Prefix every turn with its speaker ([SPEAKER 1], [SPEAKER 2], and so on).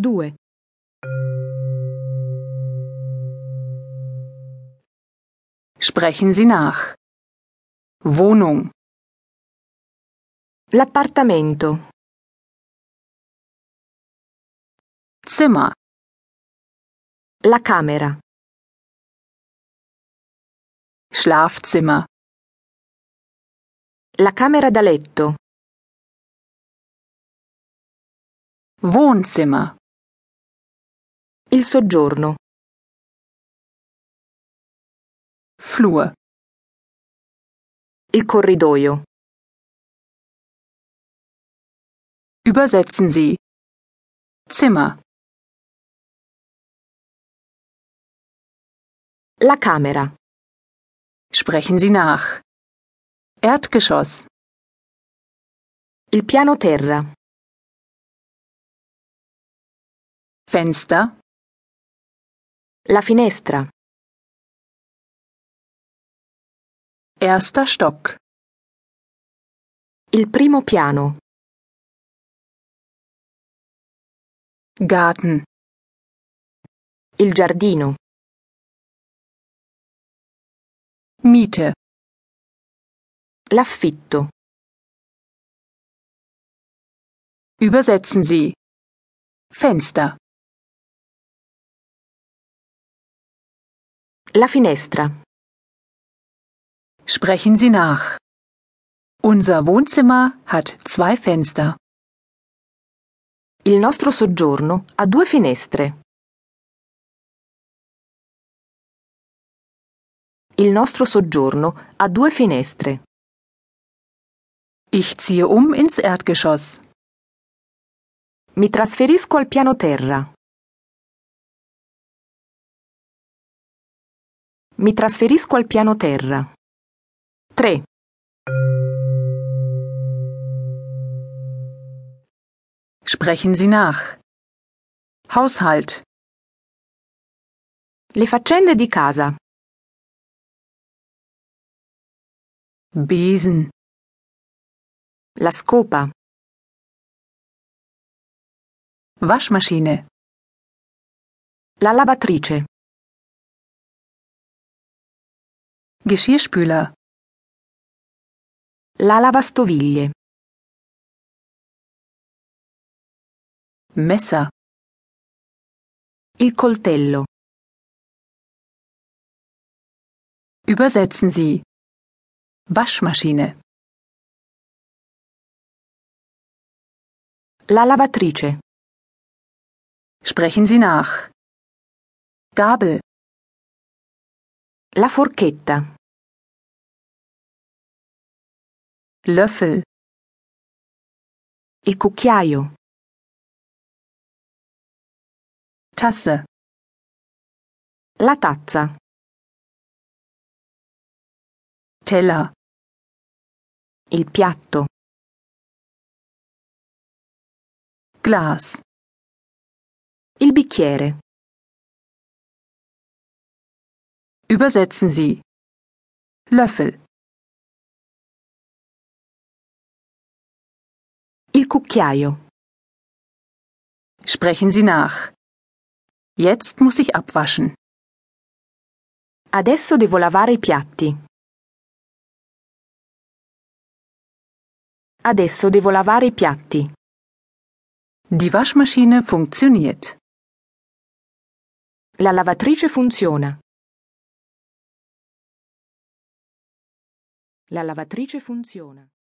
[SPEAKER 1] 2.
[SPEAKER 2] Sprechen Sie nach. Wohnung,
[SPEAKER 1] L'appartamento.
[SPEAKER 2] Zimmer,
[SPEAKER 1] La camera.
[SPEAKER 2] Schlafzimmer,
[SPEAKER 1] La camera da letto.
[SPEAKER 2] Wohnzimmer,
[SPEAKER 1] Il soggiorno.
[SPEAKER 2] Flur,
[SPEAKER 1] Il corridoio.
[SPEAKER 2] Übersetzen Sie. Zimmer,
[SPEAKER 1] La camera.
[SPEAKER 2] sprechen Sie nach. Erdgeschoss,
[SPEAKER 1] Il piano terra.
[SPEAKER 2] Fenster,
[SPEAKER 1] La finestra.
[SPEAKER 2] erster Stock,
[SPEAKER 1] Il primo piano.
[SPEAKER 2] Garten,
[SPEAKER 1] Il giardino.
[SPEAKER 2] Miete,
[SPEAKER 1] L'affitto.
[SPEAKER 2] übersetzen Sie. Fenster,
[SPEAKER 1] La finestra.
[SPEAKER 2] sprechen Sie nach. Unser Wohnzimmer hat zwei Fenster.
[SPEAKER 1] Il nostro soggiorno ha due finestre. Il nostro soggiorno ha due finestre.
[SPEAKER 2] Ich ziehe um ins Erdgeschoss.
[SPEAKER 1] Mi trasferisco al piano terra. Mi trasferisco al piano terra. 3.
[SPEAKER 2] Sprechen Sie nach. Haushalt,
[SPEAKER 1] Le faccende di casa.
[SPEAKER 2] Besen,
[SPEAKER 1] La scopa.
[SPEAKER 2] Waschmaschine,
[SPEAKER 1] La lavatrice.
[SPEAKER 2] Geschirrspüler,
[SPEAKER 1] La lavastoviglie.
[SPEAKER 2] Messer,
[SPEAKER 1] Il coltello.
[SPEAKER 2] übersetzen Sie. Waschmaschine,
[SPEAKER 1] La lavatrice.
[SPEAKER 2] sprechen Sie nach. Gabel,
[SPEAKER 1] La forchetta.
[SPEAKER 2] Löffel,
[SPEAKER 1] Il cucchiaio.
[SPEAKER 2] Tasse,
[SPEAKER 1] La tazza.
[SPEAKER 2] Teller,
[SPEAKER 1] Il piatto.
[SPEAKER 2] Glas,
[SPEAKER 1] Il bicchiere.
[SPEAKER 2] übersetzen Sie. Löffel,
[SPEAKER 1] Il cucchiaio.
[SPEAKER 2] sprechen Sie nach. Jetzt muss ich abwaschen.
[SPEAKER 1] Adesso devo lavare i piatti. Adesso devo lavare i piatti.
[SPEAKER 2] Die Waschmaschine funktioniert.
[SPEAKER 1] La lavatrice funziona. La lavatrice funziona.